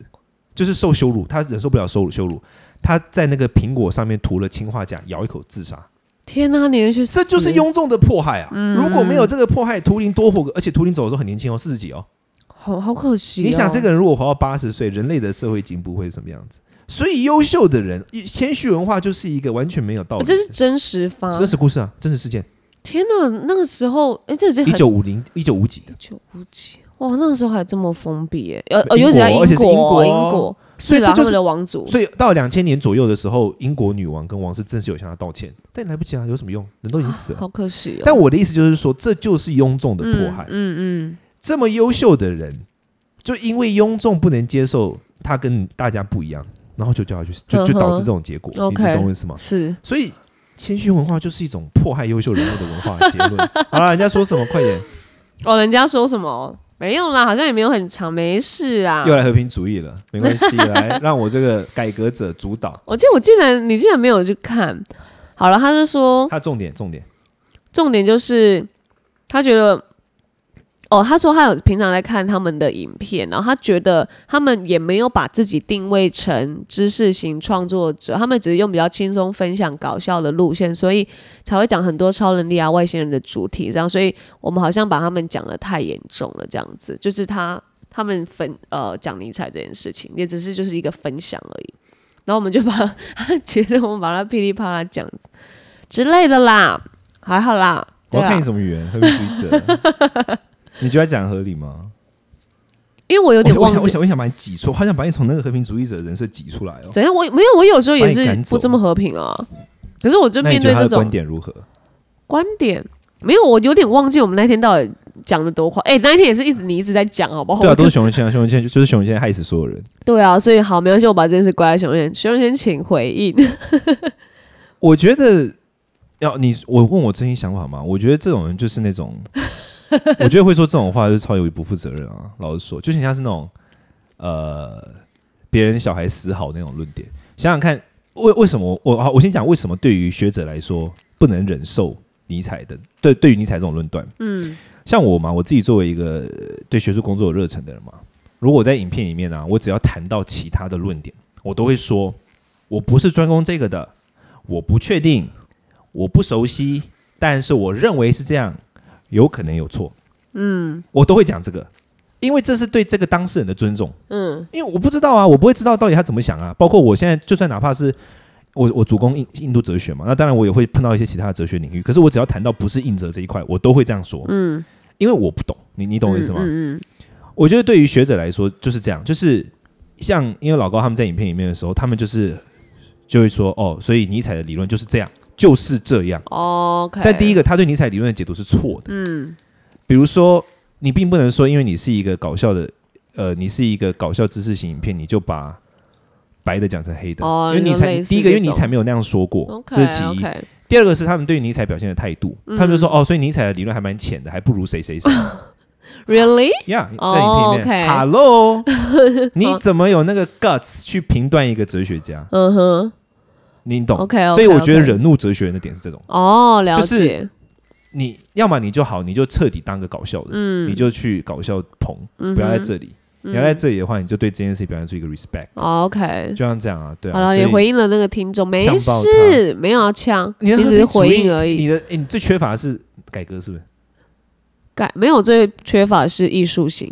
Speaker 1: 就是受羞辱，他忍受不了受辱羞辱。他在那个苹果上面涂了氰化钾，咬一口自杀。
Speaker 2: 天哪，你会去
Speaker 1: 这
Speaker 2: 死，
Speaker 1: 就是庸众的迫害啊！
Speaker 2: 嗯
Speaker 1: 如果没有这个迫害，图灵多活个，而且图灵走的时候很年轻哦，四十几哦。
Speaker 2: 好好可惜哦。
Speaker 1: 你想，这个人如果活到八十岁，人类的社会进步会是什么样子？所以，优秀的人，谦虚文化就是一个完全没有道
Speaker 2: 哦
Speaker 1: 理的。
Speaker 2: 这是真实发，
Speaker 1: 真实故事啊，真实事件，
Speaker 2: 天哪，那个时候，哎，这已经
Speaker 1: 一
Speaker 2: 很
Speaker 1: 九五零、一九五几的。
Speaker 2: 九五几哇，那个时候还这么封闭哎，呃，哦
Speaker 1: 英
Speaker 2: 尤其在
Speaker 1: 国而且是
Speaker 2: 国，英
Speaker 1: 英国哦
Speaker 2: 国
Speaker 1: 所以
Speaker 2: 是
Speaker 1: 这
Speaker 2: 啦
Speaker 1: 就
Speaker 2: 他们
Speaker 1: 是
Speaker 2: 的王族，
Speaker 1: 所以到两千年左右的时候，英国女王跟王室正式有向她道歉，但来不及啊，有什么用？人都已经死了。
Speaker 2: 好可惜哦。
Speaker 1: 但我的意思就是说，这就是庸众的迫害。
Speaker 2: 嗯嗯
Speaker 1: 这么优秀的人，就因为庸众不能接受他跟大家不一样，然后就叫他去，就就导致这种结果。你
Speaker 2: 嗯哼
Speaker 1: 你
Speaker 2: 嗯 OK
Speaker 1: 懂我意思吗
Speaker 2: 嗯，？是
Speaker 1: 所以谦虚文化就是一种迫害优秀人物的文化。结 论好了，人家说什么？快点，
Speaker 2: 哦，人家说什么没有啦，好像也没有很长，没事啦
Speaker 1: 又。来和平主义了，没关 系，来让我这个改革者主导。
Speaker 2: 我记得我竟然你竟然没有去看，好了，他就说
Speaker 1: 他重点重点，
Speaker 2: 重点就是他觉得。哦，他说他有平常在看他们的影片，然后他觉得他们也没有把自己定位成知识型创作者，他们只是用比较轻松分享搞笑的路线，所以才会讲很多超能力啊、外星人的主题这样，所以我们好像把他们讲的太严重了，这样子就是他他们分呃讲尼采这件事情，也只是就是一个分享而已，然后我们就把他 觉得我们把他噼里啪啦讲之类的啦，还好啦。
Speaker 1: 我
Speaker 2: 对
Speaker 1: 要看
Speaker 2: 啊
Speaker 1: 你，怎么圆，会不会追责？ 你觉得讲合理吗？
Speaker 2: 因为我有
Speaker 1: 我
Speaker 2: 点
Speaker 1: 想我
Speaker 2: 忘
Speaker 1: 想我
Speaker 2: 记
Speaker 1: 想我想把你挤出，好想把你从那个和平主义者人设挤出来哦。
Speaker 2: 怎样，我没有，我有时候也
Speaker 1: 把你
Speaker 2: 是
Speaker 1: 赶走
Speaker 2: 不这么和平啊。可是我就
Speaker 1: 那
Speaker 2: 面
Speaker 1: 你觉
Speaker 2: 对
Speaker 1: 得他
Speaker 2: 这
Speaker 1: 的观
Speaker 2: 种
Speaker 1: 点如何？
Speaker 2: 观点，没有，我有点忘记我们那天到底讲了多快。哎、那一天也是一直你一直在讲，好不好？
Speaker 1: 对啊，
Speaker 2: 哦我
Speaker 1: 都是熊仁谦啊，熊仁谦就是熊仁谦害死所有人。
Speaker 2: 对啊，所以好，没关系，我把这件事怪在熊仁，熊仁请回应。
Speaker 1: 我觉得要你，我问我真心想法吗？我觉得这种人就是那 种，我觉得会说这种话就是超级不负责任啊。老实说，就很像是那种呃，别人小孩死好那种论点。想想看，为为什么我好，我先讲为什么对于学者来说不能忍受尼采的对对于尼采这种论断。
Speaker 2: 嗯，
Speaker 1: 像我嘛，我自己作为一个呃对学术工作有热忱的人嘛，如果我在影片里面呢、啊，我只要谈到其他的论点，我都会说我不是专攻这个的，我不确定，我不熟悉，但是我认为是这样，有可能有错，嗯，我都会讲这个，因为这是对这个当事人的尊重，嗯，因为我不知道啊，我不会知道到底他怎么想啊，包括我现在就算哪怕是。我我主攻印印度哲学嘛，那当然我也会碰到一些其他的哲学领域，可是我只要谈到不是印哲这一块，我都会这样说，嗯，因为我不懂，你你懂我意思吗？
Speaker 2: 嗯嗯
Speaker 1: 我觉得对于学者来说就是这样，就是像因为老高他们在影片里面的时候，他们就是就会说哦，所以尼采的理论就是这样，就是这样。
Speaker 2: 哦，OK。
Speaker 1: 但第一
Speaker 2: 个，
Speaker 1: 个，他对尼采理论的解读是错的。
Speaker 2: 嗯
Speaker 1: 比如说，你并不能说，因为你是一个搞笑的，呃，你是一个搞笑知识型影片，你就把白的讲成黑的。
Speaker 2: 哦
Speaker 1: 因为尼
Speaker 2: 你说
Speaker 1: 采
Speaker 2: 类似
Speaker 1: 第一个，因为
Speaker 2: 这
Speaker 1: 尼
Speaker 2: 种
Speaker 1: 采没有那样说过
Speaker 2: ，OK，
Speaker 1: 这是其一。
Speaker 2: OK，嗯
Speaker 1: 第二个是他们对于尼采表现的态度，他们就说哦，所以尼采的理论还蛮浅的，还不如谁谁谁。
Speaker 2: Really？
Speaker 1: 呀、
Speaker 2: 哦
Speaker 1: 在影片里面、
Speaker 2: OK
Speaker 1: h e l l o 你怎么有那个 guts 去评断一个哲学家？
Speaker 2: 嗯哼，
Speaker 1: 你懂
Speaker 2: OK，OK，
Speaker 1: 所以我觉得
Speaker 2: OK
Speaker 1: 惹怒哲学人的点是这种，
Speaker 2: 哦，了
Speaker 1: 就是
Speaker 2: 解。
Speaker 1: 你要么你就好，你就彻底当个搞笑的，
Speaker 2: 嗯，
Speaker 1: 你就去搞笑棚，
Speaker 2: 嗯哼
Speaker 1: 不要在这里。
Speaker 2: 嗯
Speaker 1: 你要在这里的话，你就对这件事表现出一个 respect，、
Speaker 2: 哦 OK。
Speaker 1: 就像这样啊，对啊。
Speaker 2: 好了，
Speaker 1: 所以
Speaker 2: 也回应了那个听众，没
Speaker 1: 呛爆
Speaker 2: 事，没有要啊呛，
Speaker 1: 你
Speaker 2: 你
Speaker 1: 的和
Speaker 2: 只是
Speaker 1: 平主
Speaker 2: 回
Speaker 1: 义
Speaker 2: 应而已
Speaker 1: 你。的诶你最缺乏的是改革，是不是？
Speaker 2: 改没有最缺乏是艺术性，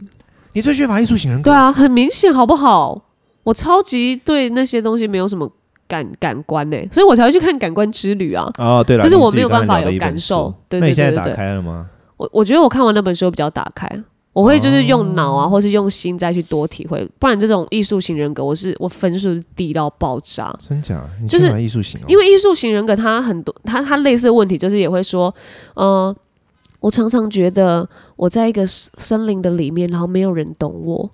Speaker 1: 你最缺乏艺术型人格。
Speaker 2: 对啊，很明显，好不好？我超级对那些东西没有什么感感官呢、所以我才会去看《感官之旅》啊。
Speaker 1: 哦，对了，
Speaker 2: 可是
Speaker 1: 你
Speaker 2: 我
Speaker 1: 自己
Speaker 2: 没有
Speaker 1: 刚才
Speaker 2: 办法
Speaker 1: 聊的
Speaker 2: 有
Speaker 1: 一本
Speaker 2: 感受
Speaker 1: 书
Speaker 2: 对
Speaker 1: 那你
Speaker 2: 对
Speaker 1: 现在
Speaker 2: 对
Speaker 1: 打
Speaker 2: 对
Speaker 1: 开了吗？
Speaker 2: 我我觉得我看完那本书比较打开，我会就是用脑啊，或是用心再去多体会，不然这种艺术型人格，我是我分数是低到爆炸。
Speaker 1: 真假？你
Speaker 2: 就是
Speaker 1: 缺乏艺术型、哦，
Speaker 2: 因为艺术型人格，他很多，他他类似的问题就是也会说，呃，我常常觉得我在一个森森林的里面，然后没有人懂我。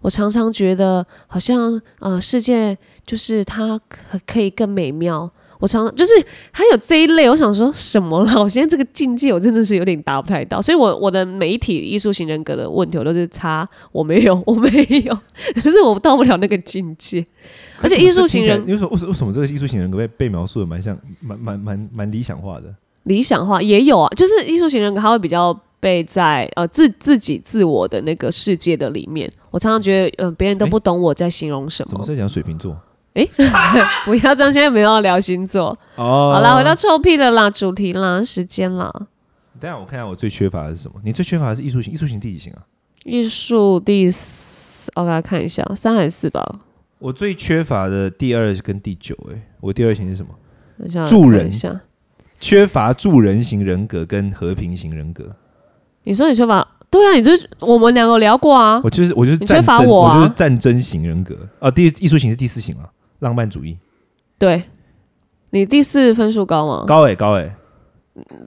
Speaker 2: 我常常觉得好像呃，世界就是它可可以更美妙。我常常就是还有这一类，我想说什么了？我现在这个境界，我真的是有点达不太到。所以我，我的媒体艺术型人格的问题，我都是差我没有，我没有， 可是我到不了那个境界。而且艺术型人
Speaker 1: 为什么为什么为什么这个艺术型人格被被描述的蛮像蛮蛮蛮蛮理想化的？
Speaker 2: 理想化也有啊，就是艺术型人格他会比较被在呃自自己自我的那个世界的里面。我常常觉得，嗯、别人都不懂我在形容什
Speaker 1: 什
Speaker 2: 么
Speaker 1: 么。是讲水瓶座？
Speaker 2: 不要这样，现在没有要聊星座。
Speaker 1: 哦
Speaker 2: 好啦，回到臭屁了啦，主题啦，时间啦，
Speaker 1: 等一下我看一下我最缺乏的是什么？你最缺乏的是艺术型，艺术型第几型啊？
Speaker 2: 艺术第四，哦我给大家看一下，三还是四吧？
Speaker 1: 我最缺乏的第二跟第九、欸，我第二型是什么？
Speaker 2: 等一下
Speaker 1: 助人
Speaker 2: 看一下。
Speaker 1: 缺乏助人型人格跟和平型人格。
Speaker 2: 你说你缺乏？对啊，你就是我们两个有聊过啊。
Speaker 1: 我就是我就是
Speaker 2: 你
Speaker 1: 战
Speaker 2: 缺乏
Speaker 1: 争，
Speaker 2: 我啊
Speaker 1: 就是战争型人格啊。第艺术型是第四型啊，浪漫主义
Speaker 2: 对，你第四分数高吗？
Speaker 1: 高哎、高哎、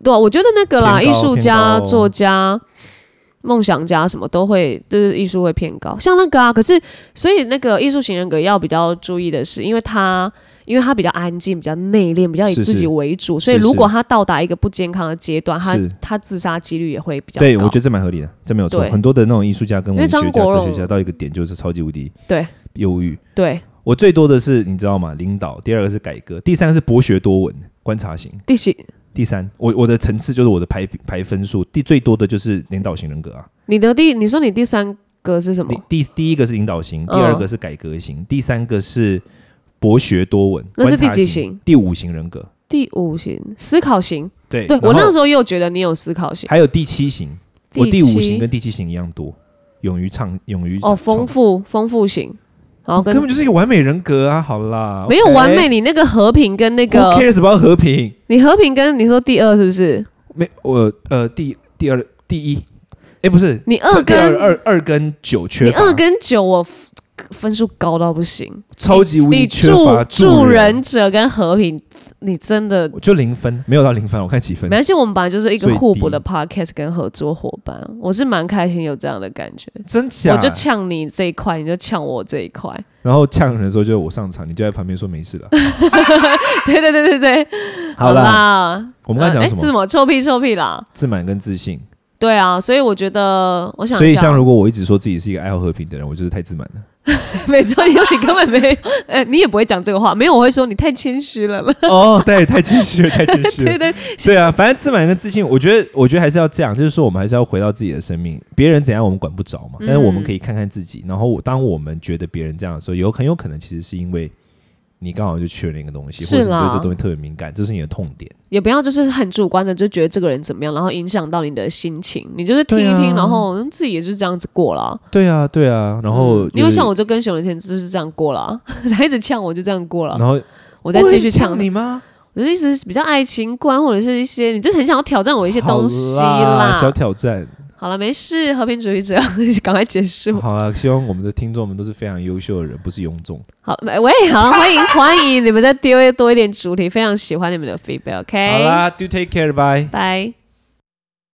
Speaker 2: 对啊、我觉得那个啦，
Speaker 1: 偏
Speaker 2: 艺
Speaker 1: 高
Speaker 2: 术
Speaker 1: 偏
Speaker 2: 家、
Speaker 1: 高
Speaker 2: 作家、梦想家什么都会，就是艺术会偏高。像那个啊，可是所以那个艺术型人格要比较注意的是，因为他因为他比较安静、比较内敛、比较以
Speaker 1: 是
Speaker 2: 自己
Speaker 1: 是
Speaker 2: 为主，所以
Speaker 1: 是
Speaker 2: 如
Speaker 1: 是
Speaker 2: 果他到达一个不健康的阶段，他
Speaker 1: 是
Speaker 2: 他自杀几率也会比较高。
Speaker 1: 对，我觉得这蛮合理的，这没有错。
Speaker 2: 对
Speaker 1: 很多的那种艺术家跟
Speaker 2: 因
Speaker 1: 文
Speaker 2: 为
Speaker 1: 学
Speaker 2: 张
Speaker 1: 家、
Speaker 2: 国
Speaker 1: 哲学
Speaker 2: 荣
Speaker 1: 家到一个点就是超级无敌
Speaker 2: 对
Speaker 1: 忧郁，
Speaker 2: 对
Speaker 1: 我最多的是你知道吗？领导，第二个是改革，第三个是博学多闻、观察型，
Speaker 2: 第几？
Speaker 1: 第三我我的层次就是我的排排分数，第最多的就是领导型人格啊。
Speaker 2: 你的第你说你第三个是什么
Speaker 1: 你？第第一个是领导型，
Speaker 2: 哦嗯
Speaker 1: 第二个是改革型，第三个是博学多闻，
Speaker 2: 那是
Speaker 1: 观察
Speaker 2: 第几
Speaker 1: 型
Speaker 2: 型？
Speaker 1: 第五型人格。
Speaker 2: 第五型思考型。
Speaker 1: 对，
Speaker 2: 对
Speaker 1: 然
Speaker 2: 我
Speaker 1: 后
Speaker 2: 那时候也有觉得你有思考型。
Speaker 1: 还有第七型，我第
Speaker 2: 七
Speaker 1: 五型跟第七型一样多，勇于唱，勇于
Speaker 2: 哦
Speaker 1: 创
Speaker 2: 丰富丰富型。然后跟
Speaker 1: 根本就是一个完美人格啊！好啦，
Speaker 2: 没有
Speaker 1: OK
Speaker 2: 完美，你那个和平跟那个
Speaker 1: Who cares about 和平？
Speaker 2: 你和平跟你说第二是不是？
Speaker 1: 没，我呃，第第二第一，哎，不是
Speaker 2: 你二
Speaker 1: 第二
Speaker 2: 跟
Speaker 1: 二二跟九缺
Speaker 2: 你
Speaker 1: 乏，
Speaker 2: 二跟九我 f- 分数高到不行，
Speaker 1: 超级无
Speaker 2: 你
Speaker 1: 敌缺
Speaker 2: 助
Speaker 1: 乏
Speaker 2: 助
Speaker 1: 人
Speaker 2: 人，者跟和平，你真的
Speaker 1: 我就零分，没有到零分，我看几分
Speaker 2: 没。关系，我们本来就是一个
Speaker 1: 最低
Speaker 2: 互补的 podcast 跟合作伙伴，啊我是蛮开心有这样的感觉。
Speaker 1: 真假？
Speaker 2: 我就呛你这一块，你就呛我这一块，
Speaker 1: 然后呛人的时候，就是我上场，你就在旁边说没事了。
Speaker 2: 对对对对对，
Speaker 1: 好啦，
Speaker 2: 啦，
Speaker 1: 我们刚才
Speaker 2: 呃
Speaker 1: 讲
Speaker 2: 哎
Speaker 1: 什
Speaker 2: 是
Speaker 1: 么
Speaker 2: 什？么臭屁臭屁啦，
Speaker 1: 自满跟自信。
Speaker 2: 对啊，所以我觉得，我想
Speaker 1: 所
Speaker 2: 一
Speaker 1: 以，
Speaker 2: 下
Speaker 1: 像，如果我一直说自己是一个爱好和平的人，我就是太自满 了。
Speaker 2: 没错，因为你根本没有，呃，你也不会讲这个话，没有，我会说你太谦虚了啦，
Speaker 1: 哦，对，太谦虚了，太谦虚
Speaker 2: 对
Speaker 1: 了。
Speaker 2: 对，
Speaker 1: 对啊，反正自满跟自信，我觉得，我觉得还是要这样，就是说，我们还是要回到自己的生命，别人怎样我们管不着
Speaker 2: 嗯
Speaker 1: 嘛，但是我们可以看看自己。然后我，当我们觉得别人这样的时候，有很有可能其实是因为你刚好就缺了一个东西，
Speaker 2: 是
Speaker 1: 或者你对
Speaker 2: 啦
Speaker 1: 这东西特别敏感，这是你的痛点。
Speaker 2: 也不要就是很主观的就觉得这个人怎么样，然后影响到你的心情，你就是听一
Speaker 1: 对
Speaker 2: 听，
Speaker 1: 啊
Speaker 2: 然后自己也就这样子过了啊。嗯
Speaker 1: 对啊，对啊。然后、
Speaker 2: 因为像，我就跟熊仁谦就是这样过了 啊，他一直呛我就这样过了
Speaker 1: 然
Speaker 2: 啊，
Speaker 1: 后
Speaker 2: 我再继续呛
Speaker 1: 呛
Speaker 2: 他
Speaker 1: 你吗？
Speaker 2: 我的意思是比较爱情观，或者是一些你就很想要挑战我一些东西
Speaker 1: 好啦，
Speaker 2: 啦。
Speaker 1: 小挑战。
Speaker 2: 好了，没事，和平主义者，赶快结束。
Speaker 1: 好了，希望我们的听众们都是非常优秀的人，不是庸众。
Speaker 2: 好，喂，好了，欢迎欢迎你们再丢多一点主题，非常喜欢你们的 feedback，OK？、
Speaker 1: 好啦，do take care，拜。
Speaker 2: 拜。